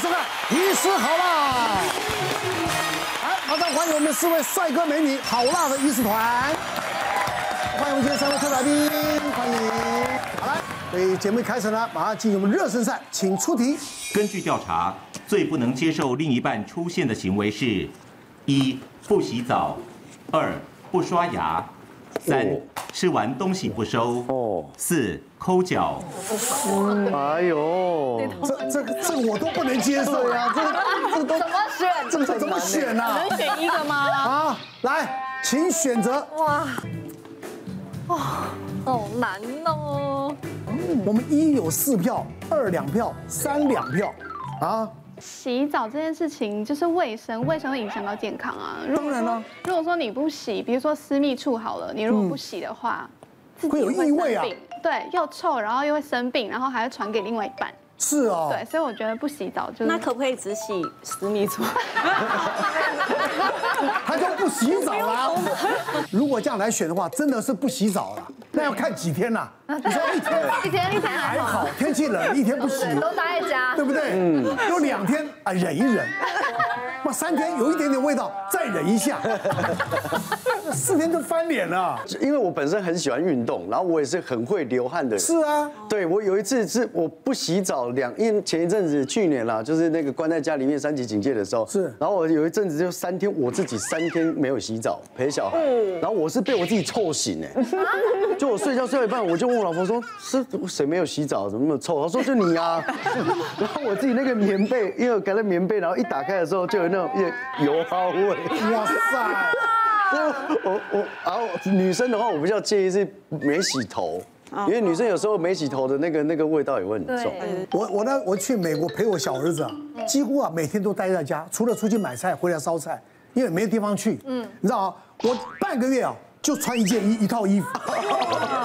这个医师好辣。来，马上欢迎我们四位帅哥美女好辣的医师团。欢迎我们今天三位特来宾，欢迎。好来，所以节目一开始呢，马上进行我们热身赛，请出题。根据调查，最不能接受另一半出现的行为是：一不洗澡，二不刷牙，三哦吃完东西不收，哦四抠脚。哎呦，这这个这个我都不能接受呀，这个这个都怎么选？这个怎么选呢、啊？能选一个吗？啊，来，请选择。哇，哦，好难哦。嗯我们一有四票，二两票，三两票，啊，洗澡这件事情就是卫生，卫生会影响到健康啊。如果当然说啦如果说你不洗，比如说私密处好了，你如果不洗的话，自己会有生异味啊病对，又臭，然后又会生病，然后还会传给另外一半。是哦，对，所以我觉得不洗澡就是那可不可以只洗私密处？他就不洗澡啦。如果这样来选的话，真的是不洗澡了，那要看几天啦。你说一天一天一天还还好，天气冷一天不洗，都待在家对。不对？嗯，有两天啊忍一忍，哇，三天有一点点味道，再忍一下，四天就翻脸了。因为我本身很喜欢运动，然后我也是很会流汗的人。是啊，对，我有一次是我不洗澡两，因为前一阵子去年啦，就是那个关在家里面三级警戒的时候，是然后我有一阵子就三天，我自己三天没有洗澡陪小孩，然后我是被我自己臭醒 哎，就我睡觉睡到一半，我就问我老婆说，是谁没有洗澡，怎么那么臭？她说就你啊， 然后我自己那个棉被，因为我盖了棉被，然后一打开的时候就有那种油耗味。哇塞， 我我啊，我女生的话，我比较介意是没洗头，因为女生有时候没洗头的那个那个味道也会很重。我我呢，我去美国陪我小儿子啊，几乎啊每天都待在家，除了出去买菜，回来烧菜，因为没地方去。嗯，你知道啊，我半个月啊就穿一件一一套衣服，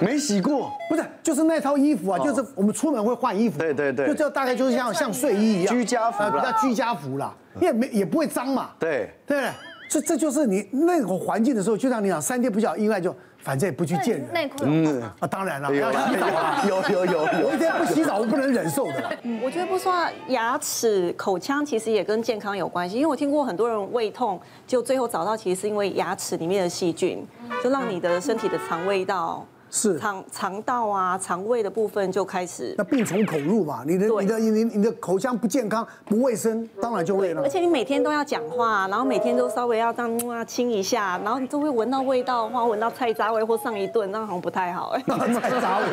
没洗过，不是，就是那套衣服啊，就是我们出门会换衣服，哦对对对就这大概就是像像睡衣一样，居家服啦嗯呃比较居家服啦，因为没也不会脏嘛，对对不对？这这就是你那种环境的时候，就像你讲三天不小意外就，反正也不去见人内裤有吗？啊，当然了，嗯有要 洗澡啊，有有有我有一天不洗澡我不能忍受的啦，嗯我觉得不刷牙齿、口腔其实也跟健康有关系，因为我听过很多人胃痛，就最后找到其实是因为牙齿里面的细菌，就让你的身体的肠胃道、是肠肠道啊、肠胃的部分就开始那病从口入嘛，你的对你的你你的口腔不健康不卫生，当然就会了而。且你每天都要讲话，然后每天都稍微要这样啊亲一下，然后你都会闻到味道的话，闻到菜渣味或上一顿，那好像不太好哎。 太杂了，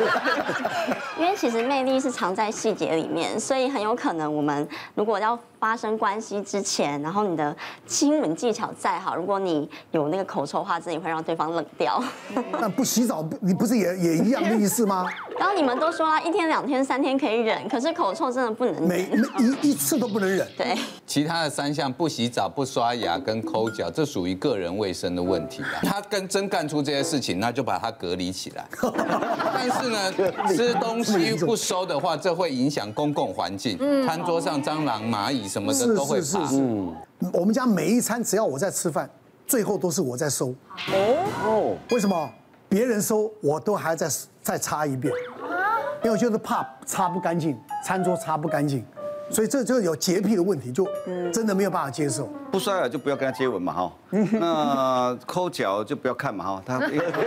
因为其实魅力是藏在细节里面，所以很有可能我们如果要发生关系之前，然后你的亲吻技巧再好，如果你有那个口臭的话，真的会让对方冷掉。 那不洗澡，不你不是也也一样的意思吗？然后你们都说啊啦，一天、两天、三天可以忍，可是口臭真的不能每忍。每一一次都不能忍。 对，其他的三项不洗澡、不刷牙跟抠脚，这属于个人卫生的问题 啦。他跟真干出这些事情，那就把他隔离起来。但是呢，吃东西不收的话，这会影响公共环境，餐桌上蟑螂、蚂蚁什么嗯是的都会嗯是是爬。是，我们家每一餐只要我在吃饭，最后都是我在收。哦，为什么？别人收我都还在再擦一遍，因为我就是怕擦不干净，餐桌擦不干净，所以这就有洁癖的问题，就真的没有办法接受。不刷牙就不要跟他接吻嘛 哈，那抠脚就不要看嘛哈， 他不要看，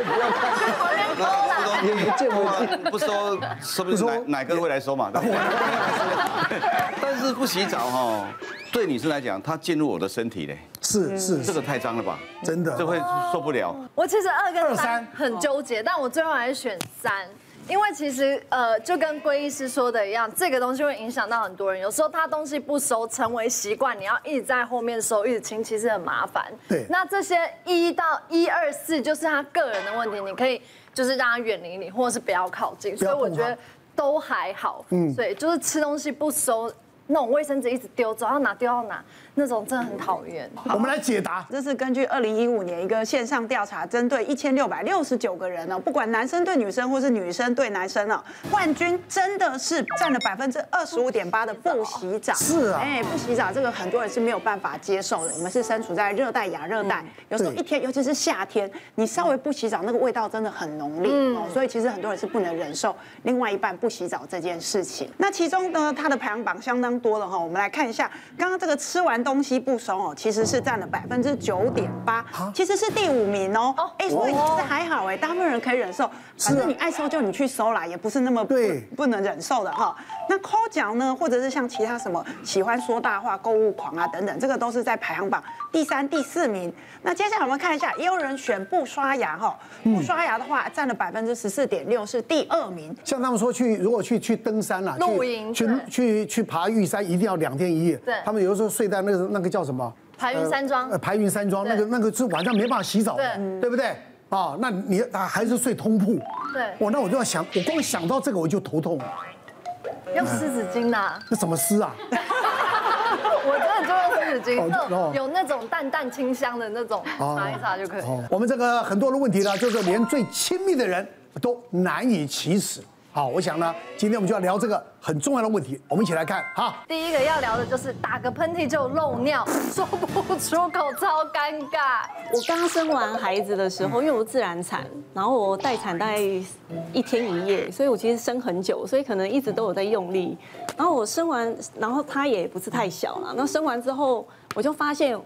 那也不见我不收，说不定哪哪个会来收 嘛。但是不洗澡哈，对女生来讲，它进入我的身体嘞，是是这是，个太脏了吧，真的这会受不了。我其实二二跟三三很纠结，但我最后还是选三。因为其实呃，就跟龟医师说的一样，这个东西会影响到很多人。有时候他东西不收，成为习惯，你要一直在后面收，一直清，其实很麻烦。对那这些一到一二四就是他个人的问题，你可以就是让他远离你，或者是不要靠近。不所要以我碰觉他得都还好。嗯，所以就是吃东西不收，那种卫生纸一直丢，走到哪丢到哪，那种真的很讨厌。我们来解答。这是根据二零一五年一个线上调查，针对一千六百六十九个人哦呢，不管男生对女生或是女生对男生呢，冠军真的是占了百分之二十五点八的不洗澡。是啊哎，不洗澡这个很多人是没有办法接受的。我们是身处在热带亚热带，有时候对一天，尤其是夏天，你稍微不洗澡，那个味道真的很浓烈哦，所以其实很多人是不能忍受另外一半不洗澡这件事情。那其中呢，它的排行榜相当多了哈。我们来看一下，刚刚这个吃完东西不松哦，其实是占了百分之九点八，其实是第五名哦。哎，所以其实还好哎，大部分人可以忍受，反正你爱收就你去收啦，也不是那么不对不能忍受的哈。那抠脚呢，或者是像其他什么喜欢说大话、购物狂啊等等，这个都是在排行榜第三、第四名。那接下来我们看一下，也有人选不刷牙哈，嗯不刷牙的话占了百分之十四点六，是第二名。像他们说去，如果去去登山啊啦，去露营去对去去爬玉山，一定要两天一夜。对他们有的时候睡在那个那个叫什么？排云山庄呃，排云山庄对那个那个是晚上没办法洗澡的，对对不对？啊，那你啊还是睡通铺。对我那我就要想，我光想到这个我就头痛了。用湿纸巾呐、 那什么诗啊？ 我真的就用湿纸哦巾，那哦种有那种淡淡清香的那种，擦一擦就可以。哦，我们这个很多的问题呢，就是连最亲密的人都难以启齿。好，我想呢，今天我们就要聊这个很重要的问题，我们一起来看哈。第一个要聊的就是打个喷嚏就漏尿，说不出口，超尴尬。我刚生完孩子的时候，因为我自然产，然后我待产大概一天一夜，所以我其实生很久，所以可能一直都有在用力。然后我生完，然后他也不是太小了，那生完之后，我就发现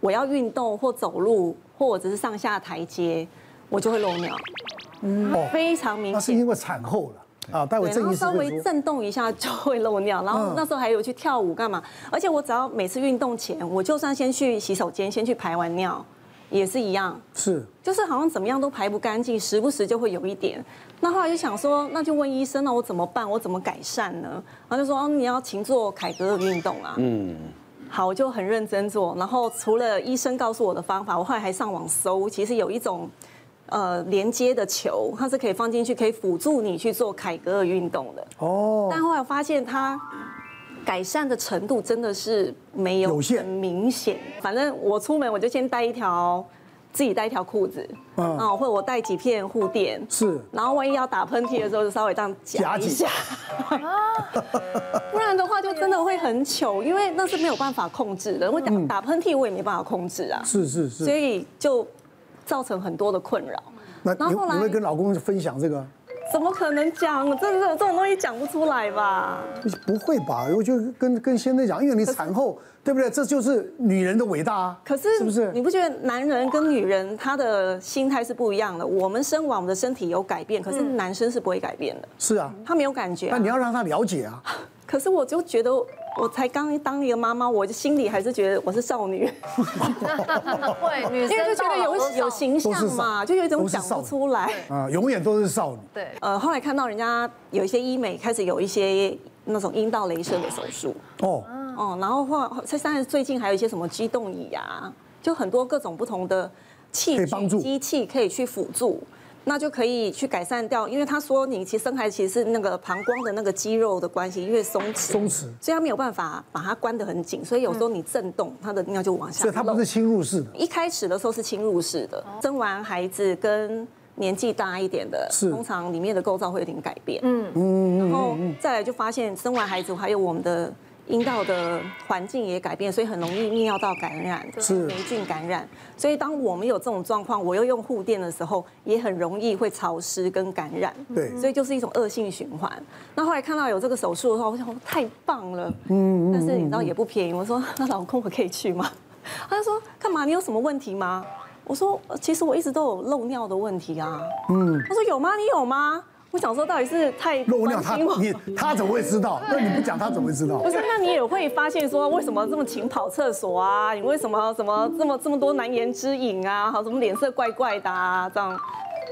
我要运动或走路，或我只是上下台阶，我就会漏尿，哦，非常明那是显因。为产后了啊，待会对，然郑后医师稍会微说。震动一下就会漏尿，嗯然后那时候还有去跳舞干嘛？而且我只要每次运动前，我就算先去洗手间，先去排完尿，也是一样。是，就是好像怎么样都排不干净，时不时就会有一点。那后来就想说，那就问医生，那我怎么办？我怎么改善呢？然后就说，哦，你要勤做凯格尔运动啊。嗯。好，我就很认真做。然后除了医生告诉我的方法，我后来还上网搜，其实有一种呃连接的球，它是可以放进去，可以辅助你去做凯格尔运动的。哦，但后来我发现它改善的程度真的是没有有限很明显。反正我出门我就先带一条自己带一条裤子，嗯嗯，或者我带几片护垫，是然后万一要打喷嚏的时候就稍微这样夹一下， 不然的话就真的会很糗，因为那是没有办法控制的。我打打喷嚏我也没办法控制啊，嗯是是是所以就造成很多的困扰。那然你后后来你会跟老公分享这个？怎么可能讲？真的这种东西讲不出来吧？不会吧？我就跟跟先生讲，因为你产后，对不对？这就是女人的伟大啊！可是，是不是你？不觉得男人跟女人他的心态是不一样的？我们生完，我们的身体有改变，可是男生是不会改变的，是啊，他没有感觉啊、那嗯你要让她了解啊。可是我就觉得，我才刚当一个妈妈，我就心里还是觉得我是少女，会，女因为就生觉得有有形。形都象是少嘛，就有一种都是讲少不女出来。啊，永远都是少女。对，呃，后来看到人家有一些医美开始有一些那种阴道镭射的手术，哦，嗯哦，然后或在三十最近还有一些什么机动椅啊，就很多各种不同的器可以具帮助机器可以去辅助，那就可以去改善掉。因为他说你其实生孩子其实是那个膀胱的那个肌肉的关系，因为松弛，松弛所以他没有办法把它关得很紧，所以有时候你震动，它的尿就往下所漏。以她不是侵入式的。一开始的时候是侵入式的，生完孩子跟年纪大一点的，是通常里面的构造会有点改变。嗯嗯，然后再来就发现生完孩子还有我们的。阴道的环境也改变，所以很容易泌尿道感染、是霉菌感染。所以当我们有这种状况，我又用护垫的时候，也很容易会潮湿跟感染。对所以就是一种恶性循环。那后来看到有这个手术的话，我想哦太棒了，嗯，但是你知道也不便宜。我说那老公我可以去吗？ 他就说干嘛？你有什么问题吗？我说呃其实我一直都有漏尿的问题啊。嗯，他说有吗？你有吗？我想说到底是太漏尿，她关心我。你她怎么会知道？那你不讲她怎么会知道不？是，那你也会发现说，为什么这么勤跑厕所啊？你为什么怎么这么这么多难言之隐啊？好，怎么脸色怪怪的啊？这样。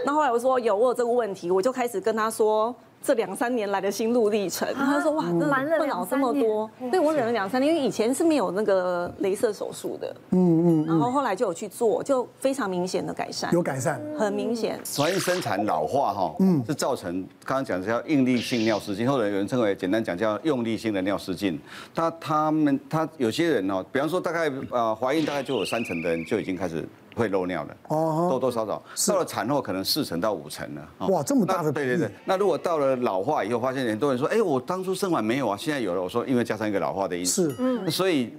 那后来我说有，我有这个问题，我就开始跟他说这两三年来的心路历程。他说哇，这啊忍了困扰这么多两三，年对我忍了两三年，因为以前是没有那个镭射手术的。嗯嗯。然后后来就有去做，就非常明显的改善，有改善。很明显。怀孕生产老化哈，嗯，是造成刚刚讲的叫应力性尿失禁，或者有人称为简单讲叫用力性的尿失禁。他他们他有些人哦，比方说大概呃怀孕大概就有三成的人就已经开始。会漏尿了，哦哦，多多少少，到了产后可能四成到五成了。哦哇这么大的那对对比例对，那如果到了老化以后，发现很多人说，哎，我当初生完没有啊，现在有了。我说，因为加上一个老化的因素，是嗯，所以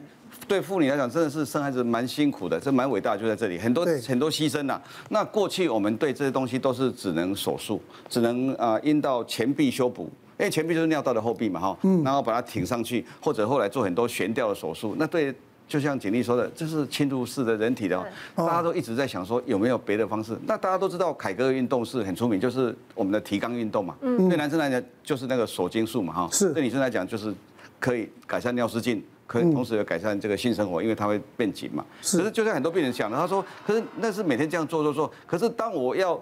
对妇女来讲，真的是生孩子蛮辛苦的，这蛮伟大的就在这里，很多对很多牺牲呐、啊那啊过去我们对这些东西都是只能手术，只能呃阴道前壁修补。因为前臂就是尿道的后壁嘛哈，然后把它挺上去，或者后来做很多悬吊的手术，那对。就像景丽说的，这是侵入式的人体的、哦，大家都一直在想说有没有别的方式。那大家都知道凯格尔运动是很出名，就是我们的提肛运动嘛。对男生来讲就是那个锁精术嘛哈，是对女生来讲就是可以改善尿失禁，可以同时也改善这个性生活，因为它会变紧嘛。嗯是可是就像很多病人讲的，他说，可是那是每天这样做做做，可是当我要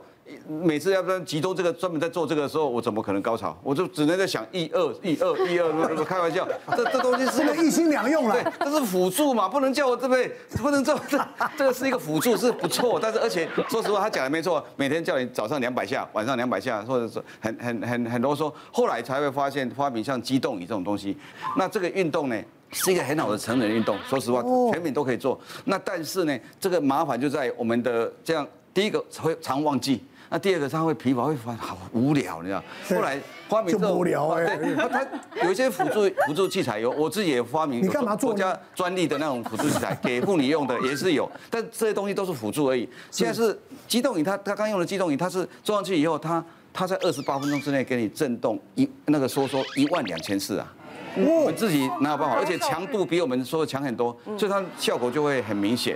每次要不然集中这个专门在做这个的时候，我怎么可能高潮？我就只能在想一二一二一二，开玩笑，这这东西是这个一心两用了对，这是辅助嘛，不能叫我这边不能这这这个是一个辅助是不错，但是而且说实话，他讲的没错，每天叫你早上两百下，晚上两百下，或者是很很很很啰嗦，后来才会发现发明像机动椅这种东西，那这个运动呢？是一个很好的成人运动，说实话，全民都可以做。那但是呢，这个麻烦就在我们的这样，第一个会常忘记，那第二个他会疲乏，会发现好无聊，你知道？对后来发明这就种无聊哎对，他他有一些辅助辅助器材有，我自己也发明。你干嘛做呢国家专利的那种辅助器材，给妇女用的也是有，但这些东西都是辅助而已。现在是机动椅，它它刚用的机动椅，它是装上去以后，它它在二十八分钟之内给你震动一那个收缩一万两千次啊。我们自己哪有办法？而且强度比我们说的强很多，所以它效果就会很明显。